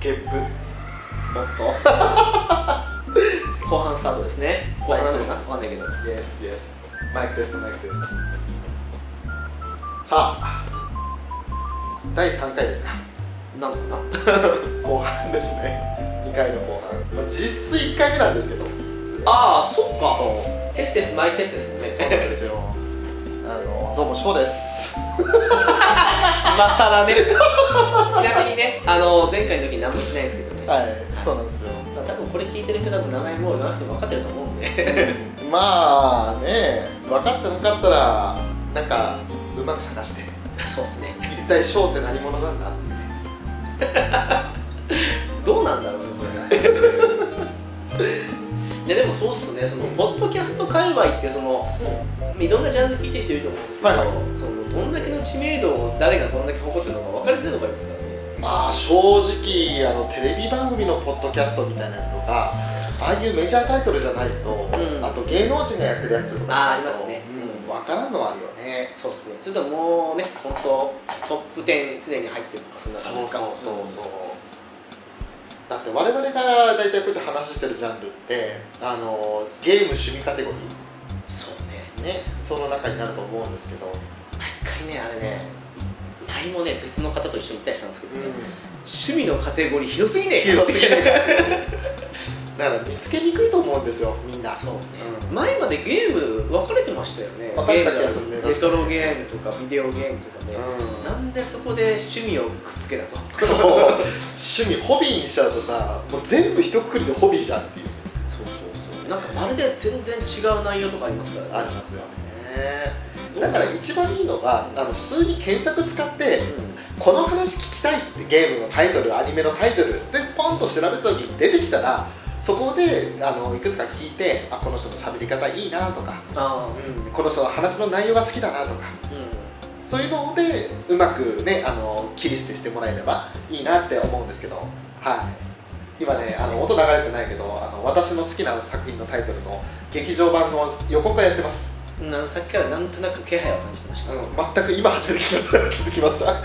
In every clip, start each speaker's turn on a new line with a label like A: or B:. A: ゲップおっと
B: 後半スタートですね後半なのかな分かんないけど
A: イエスイエスマイクテストマイクテストさあ第3回ですか
B: なのかな
A: 後半ですね2回の後半、まあ、実質1回目なんですけど
B: ああそっか
A: そう
B: テステスマイテステスもん
A: そうなん
B: ね
A: ですよ あのどうも翔です
B: 今さらね ちなみにねあの前回の時に何も言ってないですけどね、
A: はいそうなんですよ
B: まあ多分これ聞いてる人多分名前もう言わなくても分かってると思うんで
A: まあね分かってなかったらなんかうまく探して
B: そうですね
A: 一体翔って何者なんだっていうね
B: どうなんだろうねこれね いやでもそうっすねそのポッドキャスト界隈ってそのいろんなジャンル聞いてる人いると思うんですけど、
A: はいはい
B: そのどんだけの知名度を誰がどんだけ誇ってるのか分かりづらいとこありますからね
A: まあ正直あのテレビ番組のポッドキャストみたいなやつとかああいうメジャータイトルじゃないと、
B: うん
A: あと芸能人がやってるやつとか
B: あーありますね
A: うん、分からんのはあるよね
B: そうっすねちょっともうね本当トップ10すでに入ってるとかそんな
A: そう
B: 感じ
A: そ
B: で
A: う
B: す
A: そうそ
B: か
A: うだって我々が大体こうやって話してるジャンルってあのゲーム趣味カテゴリ
B: そ
A: ー
B: うね
A: ねその中になると思うんですけど、
B: 一回ねあれね前もね別の方と一緒に行ったりしたんですけどね、 趣味のカテゴリー広すぎねえ
A: 広すぎ るだから見つけにくいと思うんですよみんな
B: そうね、前までゲーム分かれてましたよね
A: 分かれた気がするね
B: ゲームレトロゲームとかビデオゲームとかね、
A: うん
B: なんでそこで趣味をくっつけたと
A: そう 趣味ホビーにしちゃうとさもう全部一括りでホビーじゃんっていう
B: そうそうそうなんかまるで全然違う内容とかありますからね
A: ありますよねだから一番いいのはあの普通に検索使ってこの話聞きたいってゲームのタイトルアニメのタイトルでポンと調べた時に出てきたらそこであのいくつか聞いてあこの人の喋り方いいなとか、
B: あ
A: うん、この人の話の内容が好きだなとか
B: あうん
A: そういうのでうまくねあの切り捨てしてもらえればいいなって思うんですけどはい今
B: そう
A: ね
B: ですね
A: あの音流れてないけどあの私の好きな作品のタイトルの劇場版の予告やってます、
B: なさっきからなんとなく気配を感じてまし
A: う
B: た、
A: ん、全く今初めて気づきました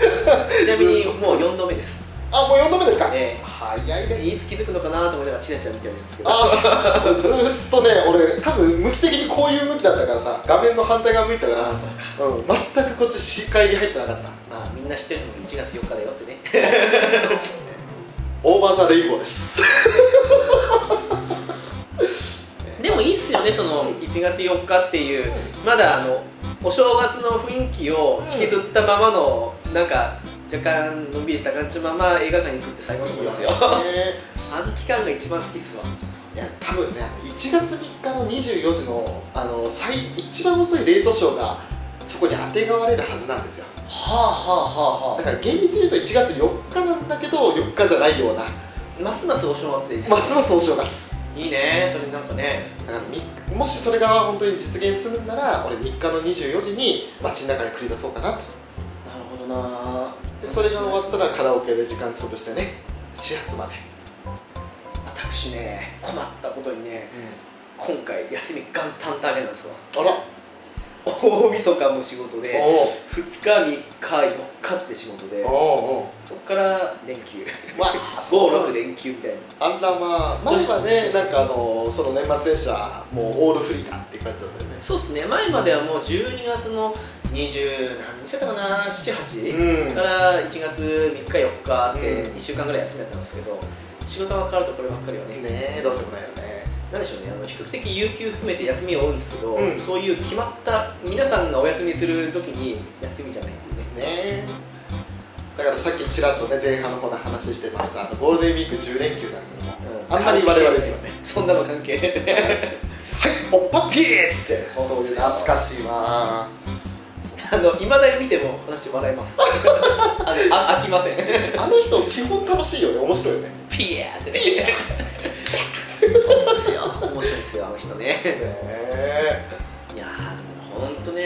B: ちなみにもう4度目です
A: あもう4度目ですか、
B: ええ
A: 早いですね
B: いつ気づくのかなと思いながらチラチラ見てるんですけど
A: あ ーずーっとね俺多分向き的にこういう向きだったからさ画面の反対側向いたから、
B: あ
A: う
B: ー
A: ん、
B: そうか
A: 全くこっち視界に入ってなかった
B: まあみんな知ってるのも1月4日だよってね
A: オーバーザレインボーです
B: でもいいっすよねその1月4日っていうまだあのお正月の雰囲気を引きずったままのなんか若干のんびりした感じのまま映画館に行くって最高のとこですよ
A: ね
B: あの期間が一番好きっすわ
A: いや多分ね1月3日の24時のあの最一番遅いレートショーがそこにあてがわれるはずなんですよ
B: はあはあは
A: だから厳密に言うと1月4日なんだけど4日じゃないような
B: あますますお正月でいいっすね
A: ますますお正月
B: いいねそれなんかね
A: だからみもしそれが本当に実現するなら俺3日の24時に街の中に繰り出そうかなと
B: なるほどな
A: でそれが終わったらカラオケで時間潰してね始発まで、
B: 私ね困ったことにね今回休み元旦だけなんですわ
A: あら
B: 大晦日も仕事で
A: お
B: 2日3日4日って仕事で
A: おおお
B: そこから連休
A: まあ
B: 56連休みたいな
A: あんなまあ前はねなんかあのその年末年始はもうオールフリーだっていう感じだったよね
B: そうっすね前まではもう12月の20何日だったかな78、
A: うん
B: から1月3日4日って
A: うん
B: 1週間ぐらい休みだったんですけど仕事が変わるとこればっかりはね
A: ねえどうしようもないよね
B: なんでしょうねあの比較的有給含めて休みが多いんですけど、
A: うん
B: そういう決まった皆さんがお休みする時に休みじゃないっていうね
A: ねえだからさっきちらっとね前半の方で話してましたあのゴールデンウィーク10連休なんだけども
B: うん
A: あんまり我々にはね
B: そんなの関係 ねえ
A: はいおっぱっぴーっつって
B: そう
A: そういう懐かしいわ
B: あのいまだに見ても私笑 いますあのあ飽きません
A: あの人基本楽しいよね面白いよね
B: ピエーってね
A: ピエ
B: そうっすよ面白いっすよあの人ね
A: ねえ
B: いやーでも本当ね、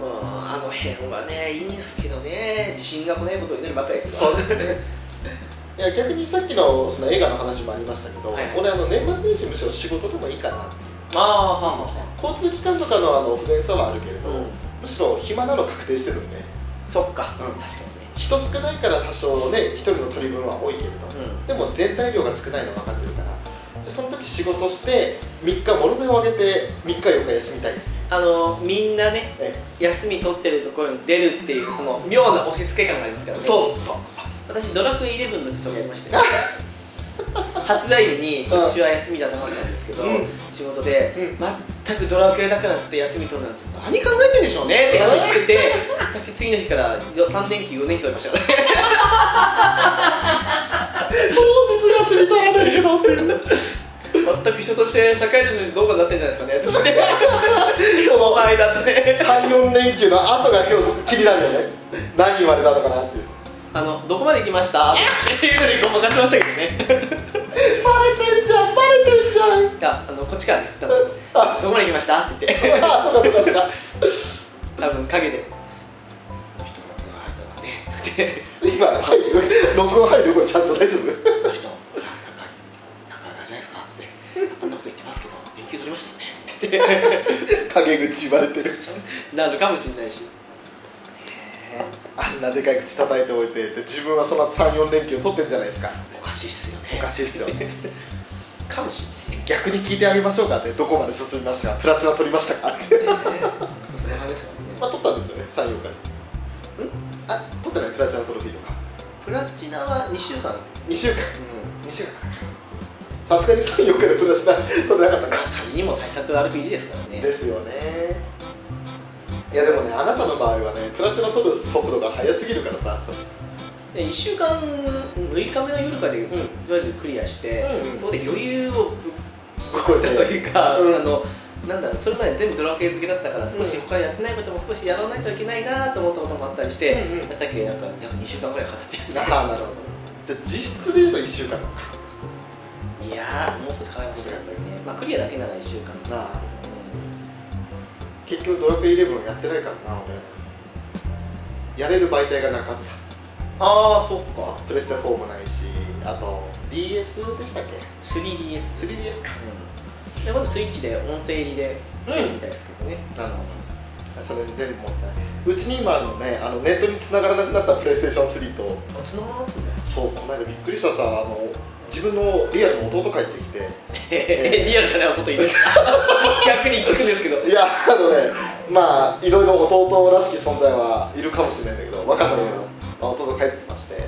B: うん、あの辺はねいいんですけどね地震が来ないことを祈るばっかりですわ
A: そうです ね。いや逆にさっきのその映画の話もありましたけど、
B: はい
A: 俺あの年末年始むしろ仕事でもいいかな
B: ああはんはんは
A: 交通機関とかのあの不便さはあるけれど、
B: んうん
A: むしろ暇なの確定してるんで
B: そっか、
A: うん
B: 確か
A: 人少ないから多少ね一人の取り分は多いけれど、
B: にね、
A: でも全体量が少ないの分かってるからじゃあその時仕事して3日もろ手を挙げて3日4日休みたい
B: あのみんなね
A: え
B: 休み取ってるところに出るっていうその妙な押し付け感がありますからね
A: うそう
B: 私ドラクエイレブンの時そう思いました よ初ライブにうちは休みじゃなかったんですけど、
A: うん
B: 仕事で、
A: うん
B: 全くドラクエだからって休み取るなんて何考えてんでしょうねって考えてて私次の日から3年期4年期取りましたからね
A: 当日休み取らないけどっていう
B: 全く人として社会人としてどうかなってんじゃないです かねって
A: そ
B: お
A: の
B: 前だってね
A: 34連休の後が今日気になるよね何言われたのかなっていう
B: あのどこまで行きましたっていうふうにごまかしましたけどね
A: バレてんじゃんバレてんじゃん
B: いやあのこっちからね振ったの
A: あ
B: どこまで行きましたって言って
A: あそうかそうかそうか
B: 多分影で「あの人もあれだわね」とか って
A: 今入る録音入るこれちゃんと大丈夫
B: あの人、なんか、なんかあれじゃないですかっつって、あんなこと言ってますけど、連休取りましたよねっつって
A: 陰口言われてる
B: なるかもしれないし、
A: あんなでかい口叩いておいてで自分はその後34連休取ってんじゃないですか
B: おかしいっすよ
A: お
B: ね、
A: かしいっすよ
B: かもし
A: 逆に聞いてあげましょうかってどこまで進みましたかプラチナ取りましたかって
B: れない、ね、そんな話ですからね、
A: まあ取ったんですよね34からあ取ってないプラチナトロフィーとか
B: プラチナは2週間、うん、
A: 2週間2週間さすがに34からプラチナ取れなかったか
B: 仮にも対策 RPG ですからね、
A: ですよねいやでもねあなたの場合はねプラチナ取る速度が速すぎるから さ
B: で1週間、6日目の夜かで、
A: ん
B: とりあえずクリアして、
A: うん
B: そこで余裕をぶっ
A: こ
B: こいたというか、
A: うん
B: あのなんだろうそれまで全部ドラクエ漬けだったから少し他にやってないことも少しやらないといけないなと思ったこともあったりして、
A: うんうん
B: やったっけなんかなんか2週間ぐらいかかったっていう
A: あ あなるほどじゃあ実質で言うと1週間なのか
B: いやーもう少しかかりましたやっぱりね、まあ、クリアだけなら1週間、
A: なあ結局ドラクエイレブンやってないからな俺やれる媒体がなかった
B: ああそっか
A: プレステ4もないしあと DS でしたっけ
B: 3DS
A: 3DS か
B: うんで今度スイッチで音声入りで
A: うん
B: やりみたいですけどね、
A: なるほどそれ全部持ってないうちに今あるのねあのネットに繋がらなくなったプレイステーション3と
B: あそのままなんだ
A: そうこの間びっくりしたさあの自分のリアルの弟帰ってきて
B: え リアルじゃない音といいですか 逆に聞くんです けど
A: いやあのねまあいろいろ弟らしき存在はいるかもしれないんだけど分かんないけど、まあ、弟帰ってきまして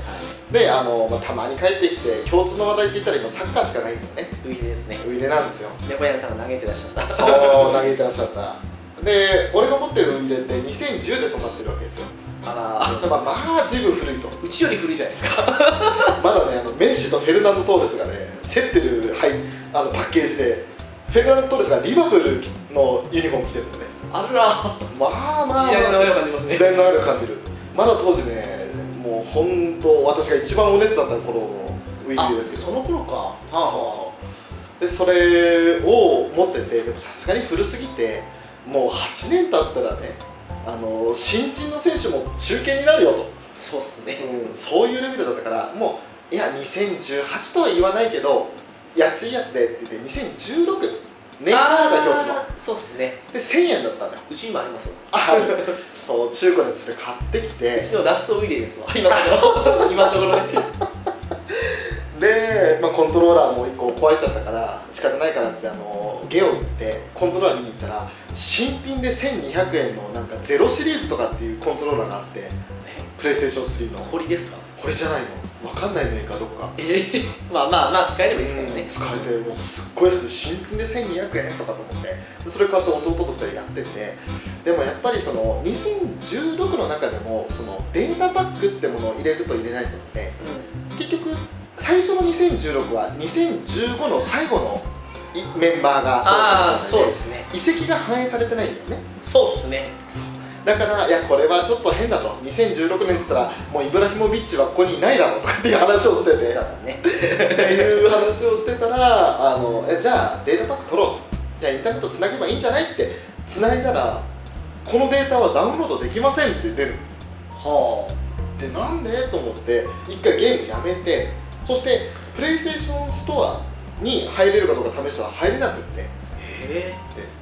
A: であの、まあ、たまに帰ってきて共通の話題って言ったら今サッカーしかないんだよね
B: ウイレですね
A: ウイイレなんですよ
B: 猫屋さんが投げてらっしゃった
A: そう投げてらっしゃったで俺が持ってるウイイレって2010で止まってるわけですよ
B: あら
A: まあまあ随分古いと
B: うちより古いじゃないですか
A: まだねあのメッシとフェルナンド・トーレスがね競ってる、はい、あのパッケージでフェルナンド・トーレスがリバプールのユニフォーム着てるんでね
B: あら
A: まあまあ
B: 時代の流れを感じますね
A: 時代の流れを感じるまだ当時ねもう本当私が一番お熱だった頃のウィークですけど
B: の頃かはあは
A: そうでそれを持っててでもさすがに古すぎてもう8年経ったらねあの新人の選手も中堅になるよと
B: あそうっすね
A: うんそういうレベルだったからもういや2018とは言わないけど安いやつでって言って2016年からが表紙の
B: あーそうっすね
A: で1000円だったんだよ
B: うちにもありますよ
A: あるそう中古でそれ買ってき
B: う
A: て
B: ちのラストウィリーですわ今の 今のところね
A: で、まあ、コントローラーも1個壊れちゃったから仕方ないからってあのゲオ行ってコントローラー見に行ったら新品で1200円のなんかゼロシリーズとかっていうコントローラーがあってプレイステーション3の
B: 堀ですか
A: これじゃないのわかんないメーカーどっか
B: ええまあまあまあ使えればいいですけど
A: うん
B: ね
A: 使えてもうすっごい安くて新品で1200円とかと思ってでそれ買って弟と2人やっててでもやっぱりその2016の中でもそのデータパックってものを入れると入れないとって結局最初の2016は2015の最後のいメンバーが
B: ああ
A: そう
B: そう
A: だっ
B: ですね
A: たので遺跡が反映されてないんだよね
B: そうっすね
A: だからいやこれはちょっと変だと2016年って言ったらもうイブラヒモビッチはここにいないだろうとかっていう話をしてて
B: そうだね
A: っていう話をしてたらあのえじゃあデータパック取ろうじゃあインターネットつなげばいいんじゃないってつないだらこのデータはダウンロードできませんって出る
B: は
A: でなんでと思って一回ゲームやめてそしてプレイステーションストアに入れるかどうか試したら入れなくってで
B: あへえ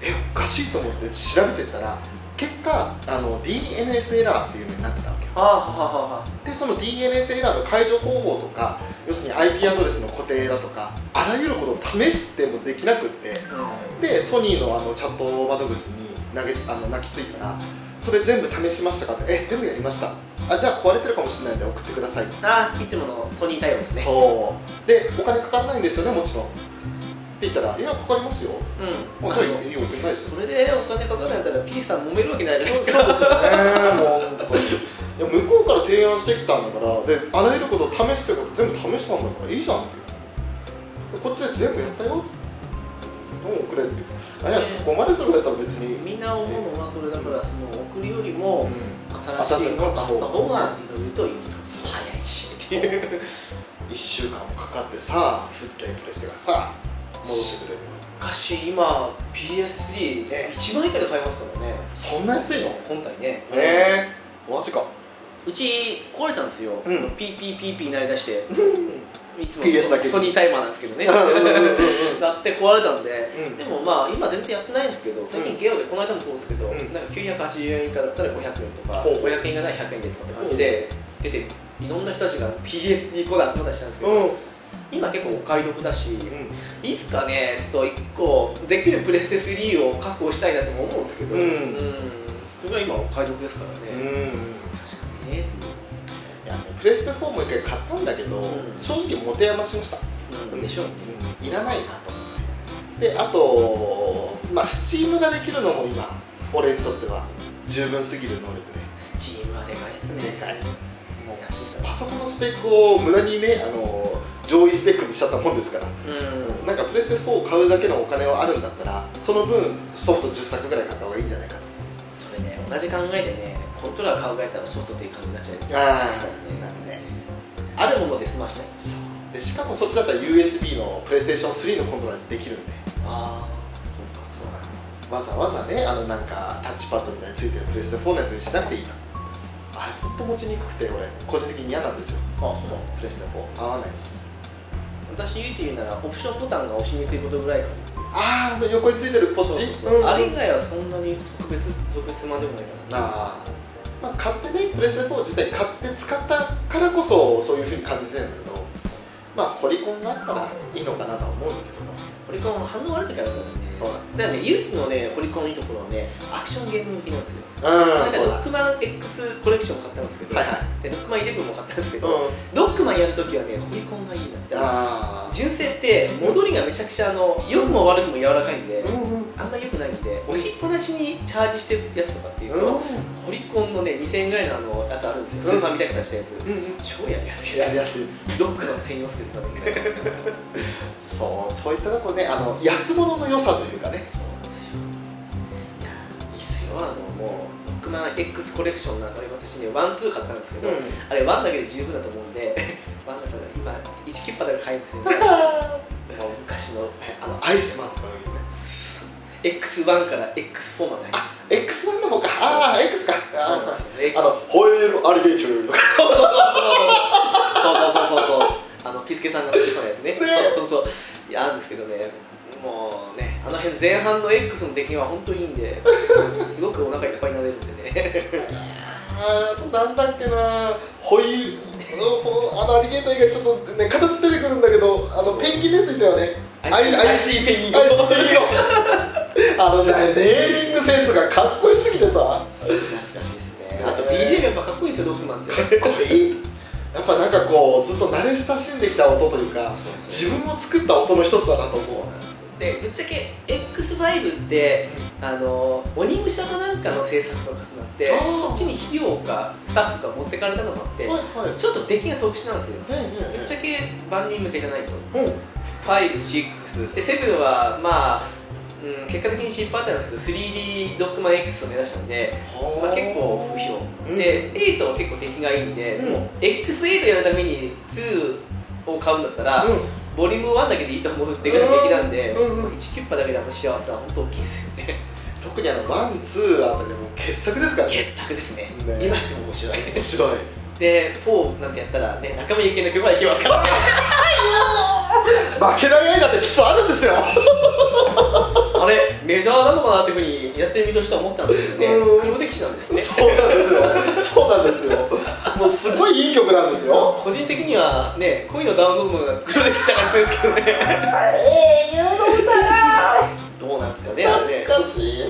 A: えおかしいと思って調べてったら結果あの DNS エラーっていうのになってたわけ
B: あはあはあは
A: でその DNS エラーの解除方法とか要するに IP アドレスの固定だとかあらゆることを試してもできなくって
B: あ
A: でソニーのあのチャット窓口に投げあの泣きついたらそれ全部試しましたかってえ全部やりましたあじゃあ壊れてるかもしれないんで送ってくださいと
B: あいつものソニー対応ですね
A: そうでお金かからないんですよねもちろんって言ったらいやかかりますよ
B: うん
A: もうちょいいいよ言ないですよ
B: それでお金かかないんだったら P さん揉めるわけないじゃないですか
A: そうですよねもう本当にいや向こうから提案してきたんだからであらゆることを試してこと全部試したんだからいいじゃんっていうこっちで全部やったよってどうもくれっていうあいやそこまでそれやったら別に、
B: みんな思うのはそれだからその送るよりも新しい
A: 新しい
B: の
A: のを
B: を
A: 買
B: 買った
A: った
B: 方
A: 方
B: が
A: が
B: いろいろといいと早いしっていう
A: 1週間もかかってさフッレプレしてからさ戻してくれる
B: 昔今 PS31 万以下で買えますからね
A: そんな安いの
B: 本体ね
A: ええマジか
B: うち壊れたんですよ、
A: うん
B: PPPP なりだしていつも
A: PS だけ
B: ソニータイマーなんですけどねだって壊れたんででもまあ今全然やってないんですけど最近ゲオでこの間もそうですけど、
A: うん
B: なんか980円以下だったら500円とか、
A: ほう
B: 500円がないら100円でとかって感じで出ていろんな人たちが PSD コーナー集まったりしたんですけど、
A: うん
B: 今結構お買い得だし、
A: うん
B: いいっすかねちょっと1個できるプレステ3を確保したいなとも思うんですけど、
A: うん
B: それが今お買い得ですから
A: う
B: ね、
A: ん
B: 確かにねっていう
A: いやねプレステ4も一回買ったんだけど、
B: うん
A: 正直持て余しました
B: うんでしょうね
A: いらないなと思ってであとまあスチームができるのも今俺にとっては十分すぎる能力
B: スチームはでかいっす
A: で
B: ね
A: でかいもう
B: 安いか
A: パソコンのスペックを無駄にねあの上位スペックにしちゃったもんですから
B: らうん
A: なんかプレステ4を買うだけのお金はあるんだったらその分ソフト10作ぐらい買った方がいいんじゃないかと
B: それね同じ考えでねコントローラー考えたらソフトっていう感じになっちゃう
A: あ
B: ー
A: なんでね
B: あるもので済ましない
A: でしかもそっちだったら USB のプレイステーション3のコントローラーでできるんで
B: ああそうかそうか
A: わざわざねあのなんかタッチパッドみたいについてるプレステ4のやつにしなくていいとあれほんと持ちにくくて俺個人的に嫌なんですよ
B: あそうなんだ
A: プレステ4合わないです
B: 私唯一言うならオプションボタンが押しにくいことぐらいかな
A: あーあの横についてるこっ
B: そう
A: ち
B: そうそうあれ以
A: な
B: 外はそんなに特別特別までもないかな
A: あまあ買ってねプレステ4自体買って使ったからこそそういうふうに感じてるんだけどまあホリコンがあったらいいのかなとは思うんですけど
B: ホリコンは反応悪い時あるからね
A: そうなんです
B: だからね唯一のねホリコンのいいところはねアクションゲーム向きなんですよ
A: うん
B: なんか
A: そう
B: ド
A: だ
B: ックマン X コレクション買ったんですけど、
A: はいはい
B: でドックマンイレブンも買ったんですけ
A: う
B: ど、
A: ん
B: ドックマンやるときはねホリコンがいいなって
A: あ
B: 純正って戻りがめちゃくちゃあの良くも悪くも柔らかいんで、
A: ーうんうん
B: あんま良くないんで押しっぱなしにチャージしてるやつとかっていうと、ホリコンのね2000円ぐらいのあのやつあるんですよスーパーみたいな形したや
A: うんうん
B: つ、超やりやすいで
A: や
B: す
A: りやすい
B: ドックマン専用スケートだね
A: そうそういったとこねあの安物の良さというかね
B: そうなんですよいやーいいっすよあのもうドックマン X コレクションなんかで私ねワンツー買ったんですけど、あれワンだけで十分だと思うんで ワンだったら今1キッパだけ買えるんですよねもう昔の
A: あのアイスマンとかのいいね
B: X1 から X4 まで入ってる
A: X マンの方かああ X か
B: そうなんですよね
A: あのホエールアリゲーチューとか
B: そうそうそうそうそうそうそうそうそうあのピスケさんが好きそうなやつね
A: ね
B: そうそうそういやあるんですけどねもうねあの辺前半の X の出来は本当にいいんですごくお腹いっぱいになれるんで ね
A: あーなんだっけなホイールあのアリゲート以外ちょっとね形出てくるんだけどあの
B: そう
A: ペンギンについてはね アイアイシー
B: IC ペンギン
A: アイスペンギンを あのねネーミングセンスがかっこよすぎてさか
B: 懐かしいですねあと BGM やっぱかっこいいですよドッグマンって
A: っこいいやっぱなんかこうずっと慣れ親しんできた音というか
B: そうそう
A: 自分を作った音の一つだなと
B: そう
A: 思う
B: なんですよでぶっちゃけ X5 ってあの鬼武者かなんかの制作とかになって
A: あー
B: そっちに費用かスタッフが持ってかれたのもあって
A: はいはい
B: ちょっと出来が特殊なんですよぶっちゃけ万人向けじゃないと56で7はまあ、うん、結果的に失敗だったんですけど 3D ドックマン X を目指したんで、まあ、結構不評、
A: うん
B: で8は結構出来がいいんで、
A: うん
B: もう X8 やるために2を買うんだったら、ボリューム1だけでいいと思うってぐらいの出来なんで、
A: うんうんうん
B: 1キュッパだけであの幸せは本当大きいですよ ね
A: 特にあのワンツーあたりも傑作ですからね
B: 傑作ですね
A: ね
B: 今やっても面白い
A: 面白い
B: で4なんてやったらね仲間由紀恵の曲までいけますからね
A: 負けない愛だってきっとあるんですよ
B: あれメジャーなのかなっていうふうにやってみるとしては思ってたんですけどね
A: うん
B: 黒歴史なんですね
A: そうなんですよそうなんですよすごいいい曲なんですよ
B: 個人的にはね恋のダウンロードが黒歴史だからそうですけどね
A: ええ言うの歌だ
B: どうなんですかねあれね
A: 懐かしい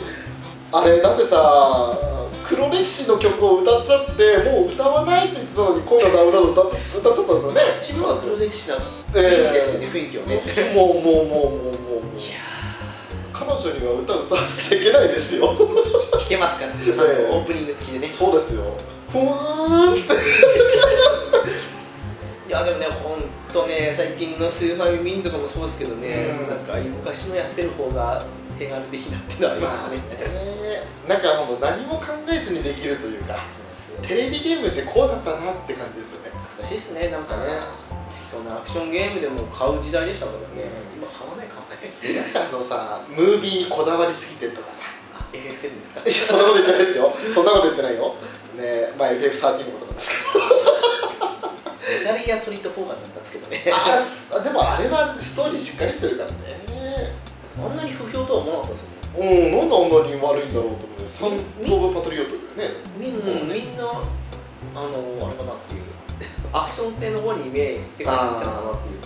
A: あれだってさ黒歴史の曲を歌っちゃってもう歌わないって言ってたのに恋のダウンロード歌っ歌っちゃったんですよね
B: 自分は黒歴史な
A: ええ
B: 雰囲気ですよね、雰囲気をねいや
A: もうもうもうもうもうもう彼女には歌歌わせちゃいけないですよ
B: ー聞けますからちゃんとオープニング付きでね
A: そうですよふーんって
B: いやでもね本当ね最近のスーファミミニとかもそうですけどね、
A: うん
B: なんか昔のやってる方が手軽できなっていうのはありますよね、
A: なんかもう何も考えずにできるというか
B: そうなんですよ
A: テレビゲームってこうだったなって感じですよね
B: 懐かしいですねなんかね適当なアクションゲームでも買う時代でしたからね、今買わない買わない
A: なんかあのさムービーにこだわりすぎてとかさ
B: あ FF7 ですか
A: いやそんなこと言ってないですよそんなこと言ってないよねまあ FF13 のことなんですけ
B: メタルギアストリート4かと思ったんですけどね
A: どああでもあれはストーリーしっかりしてるからね
B: あんなに不評とは思わなかったですよ
A: う
B: ね
A: んなんであんなに悪いんだろうと思ってサンオブパトリオットだよね
B: みん,、みんなあのあれかなっていうアクション性の方に目って感じたかなっていう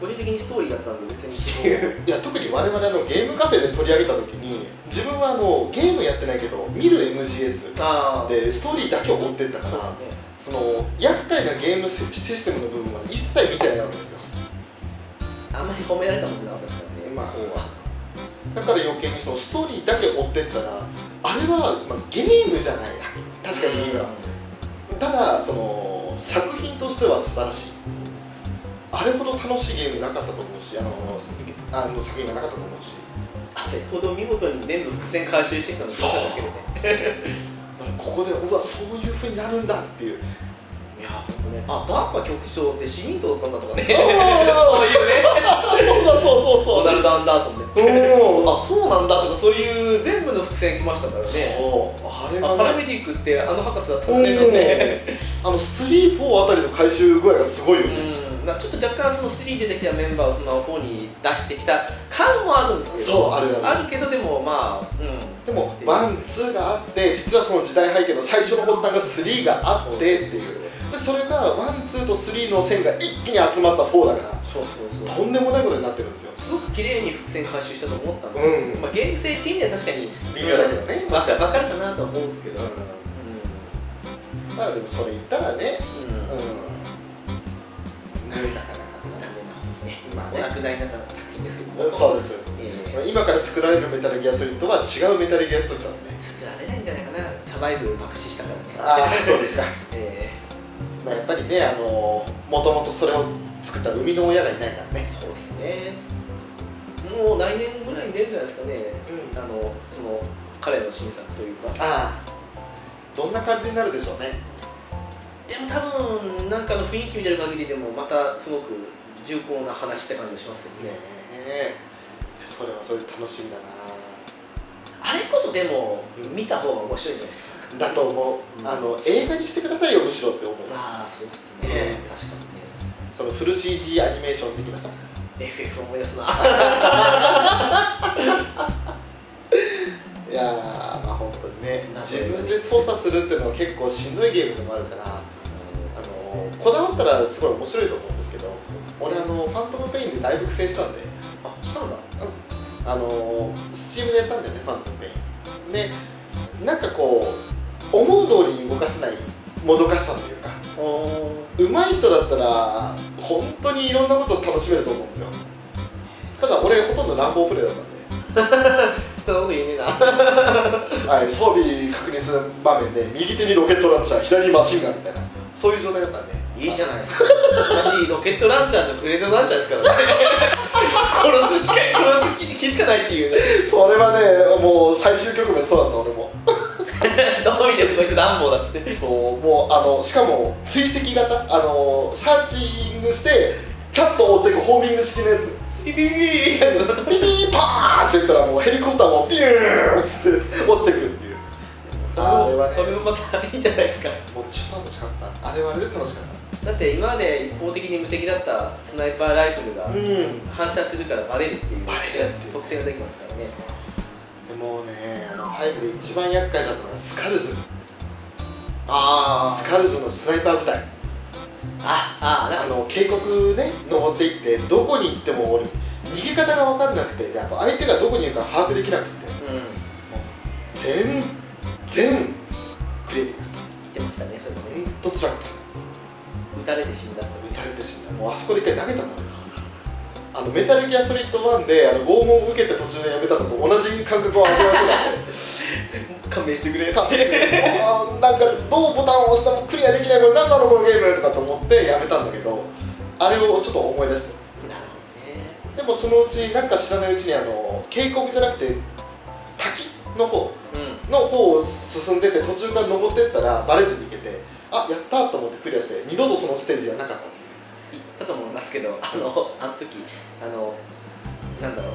B: 個人的にストーリーだったんで別にっていう
A: いや特に我々あのゲームカフェで取り上げた時に自分はあのゲームやってないけど見る MGS
B: ああ
A: でストーリーだけを追ってったから
B: そうですね
A: その厄介なゲームシステムの部分は一切見てないわけですよ
B: あんまり褒められたもんじゃなかったですからね、
A: まあ
B: ここは
A: だから余計にそのストーリーだけ追ってったらあれは、まあ、ゲームじゃないな確かに言えばただその作品としては素晴らしいあれほど楽しいゲームなかったと思うしあのあの作品がなかったと思うし
B: あれほど見事に全部伏線回収してきたの
A: そう
B: したんですけどね
A: ここでうわそういうふうになるんだっていう
B: いやほんとねあダーパ局長って死人とだったんだとかね
A: あー
B: そういうね
A: そうだそうそう
B: オ
A: そ
B: ナルド・アンダーソンで
A: ううん
B: あそうなんだとかそういう全部の伏線来ましたからね
A: そうあれ
B: あパ
A: が
B: ラ
A: ね
B: メディックってあの博士だった
A: うん
B: だよね
A: んあの34あたりの回収具合がすごいよね、
B: うんなちょっと若干その3出てきたメンバーをその4に出してきた感もあるんですけど
A: そうあるある
B: けどでもまあうん
A: でもワンツーがあって実はその時代背景の最初の発端が3があってっていうでそれがワンツーと3の線が一気に集まった4だか
B: そうそう
A: ら
B: そう
A: とんでもないことになってるんですよ
B: すごく綺麗に伏線回収したと思ったんですけど、
A: うん
B: まあ、ゲーム性って意味では確かに
A: 微妙だけどね
B: まあ分かるかなとは思うんですけど、うん
A: うまあでもそれ言ったらねうん
B: うん
A: 無理だからな
B: 残念なことにね
A: まあ
B: お亡
A: ね
B: くなりになった作品ですけども
A: そうですそう
B: え
A: です今から作られるメタルギアソリッドは違うメタルギアソリッドなんで
B: え作られないんじゃないかなサバイブ爆死したからね
A: ああそうですか
B: え
A: まあやっぱりねあのもともとそれを作った生みの親がいないから
B: え
A: ね
B: そうですねもう来年ぐらいに出るんじゃないですかねあのその彼の新作というか
A: ああどんな感じになるでしょうね
B: でも多分なんかの雰囲気見てる限りでもまたすごく重厚な話って感じがしますけど
A: ね
B: ね
A: えそれはそれで楽しみだな
B: あれこそでも見た方が面白いじゃないですか
A: だと思う、
B: うん
A: あの映画にしてくださいよむしろって思う
B: ああそうですね確かにね
A: そのフル CG アニメーション的なさ
B: FF 思い出すな
A: いやーまあ本当にね
B: な
A: 自分で操作するっていうのは結構しんどいゲームでもあるからあのこだわったらすごい面白いと思うんですけど俺あの「ファントムペイン」でだいぶ苦戦したんで
B: あしたんだ
A: あのスチームでやったんだよねファントムペインでなんかこう思う通りに動かせないもどかしさというか
B: おー
A: 上手い人だったら本当にいろんなことを楽しめると思うんですよただ俺ほとんど乱暴プレイだったん
B: 人のこと言えねえな
A: で、はい、装備確認する場面で右手にロケットランチャー左にマシンガンみたいなそういう状態だったんで
B: いいじゃないですか私ロケットランチャーとグレードランチャーですからね殺すしか殺す気しかないっていうね
A: それはねもう最終局面そうだった俺も
B: どう見てもこいつ乱暴だっつって
A: そうもうあのしかも追跡型あのサーチングしてキャッと追っていくホーミング式のやつ
B: ピピピピピピ
A: ピピーパーンって言ったらもうヘリコプターもピューンっつって落ちてくるっていう
B: それ
A: あれは
B: も
A: ね
B: それもまたいいんじゃないですか
A: もうちょっと楽しかったあれはあれで楽しかっ
B: だって今まで一方的に無敵だったスナイパーライフルが
A: たうん
B: 反射するからバレるっていう
A: バレるっていう
B: 特性ができますからね
A: でもうねあの5で一番厄介だったのがスカルズ
B: あ
A: スカルズのスナイパー部隊
B: あああ
A: あ
B: なんか
A: の渓谷ね登っていってどこに行っても俺逃げ方が分かんなくてであと相手がどこにいるか把握できなくて
B: うん言
A: 全然クリアできなかっ
B: ってましたねそれ
A: たほんとつらかっ
B: 撃たれて死んだと
A: た撃たれて死んだもうあそこで一回投げたもんあのメタルギアソリッド1であの拷問を受けて途中でやめたのと同じ感覚を味わいそうなんで
B: 勘弁してくれ
A: かあーなんかどうボタンを押してもクリアできないこれ何なのこのゲームとかと思ってやめたんだけどあれをちょっと思い出して
B: な
A: で
B: るほどね
A: もそのうちなんか知らないうちにあの渓谷じゃなくて滝の方
B: うん
A: の方を進んでて途中から登ってったらバレずに行けてあやったーと思ってクリアして二度とそのステージはなかったっていう
B: 言ったと思いますけどあのあの時あのなんだろう、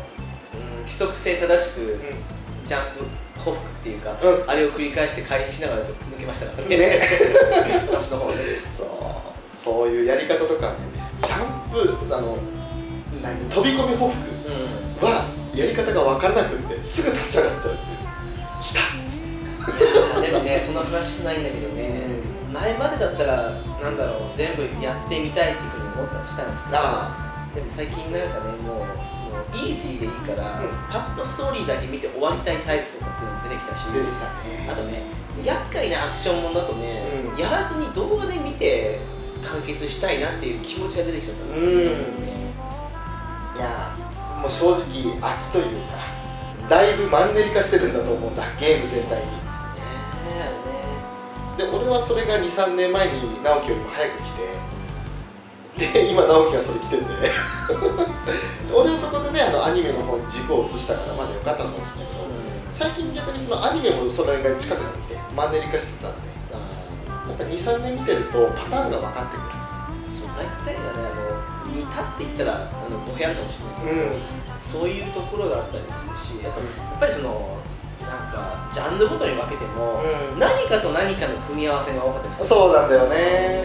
B: うん、規則性正しくジャンプ報復っていうか、
A: う
B: あれを繰り返して回避しながら抜けましたからね
A: ね
B: 私の方で
A: そうそういうやり方とかねジャンプあの何飛び込み報復
B: うん
A: はやり方が分からなくってすぐ立ち上がっちゃうっていうした
B: でもねその話しないんだけどね、前までだったらなんだろう全部やってみたいっていうふうに思ったりしたんですけど
A: あ
B: でも最近なんかねもうそのイージーでいいから、
A: うん
B: パッとストーリーだけ見て終わりたいタイプとかっていうのも出てきたし
A: あ出てきたね
B: あとね厄介なアクションものだとね、
A: うん
B: やらずに動画で見て完結したいなっていう気持ちが出てきちゃったんです
A: うん
B: よ
A: いやーもう正直飽きというかだいぶマンネリ化してるんだと思うんだゲーム全体にで俺はそれが23年前に直樹よりも早く来てで今直樹がそれ来てんで 俺はそこでねあのアニメの方に軸を移したからまだ良かったのかもしれないけど最近逆にそのアニメもそれが近くなってマンネリ化しつつあってやっぱ23年見てるとパターンが分かってくる
B: そう大体がねあの似たって言ったらあの語弊あるかもしれないけど、そういうところがあったりするしあと
A: うん
B: やっぱりそのなんかジャンルごとに分けても、
A: うん
B: 何かと何かの組み合わせが多かったりする
A: そうなんだよね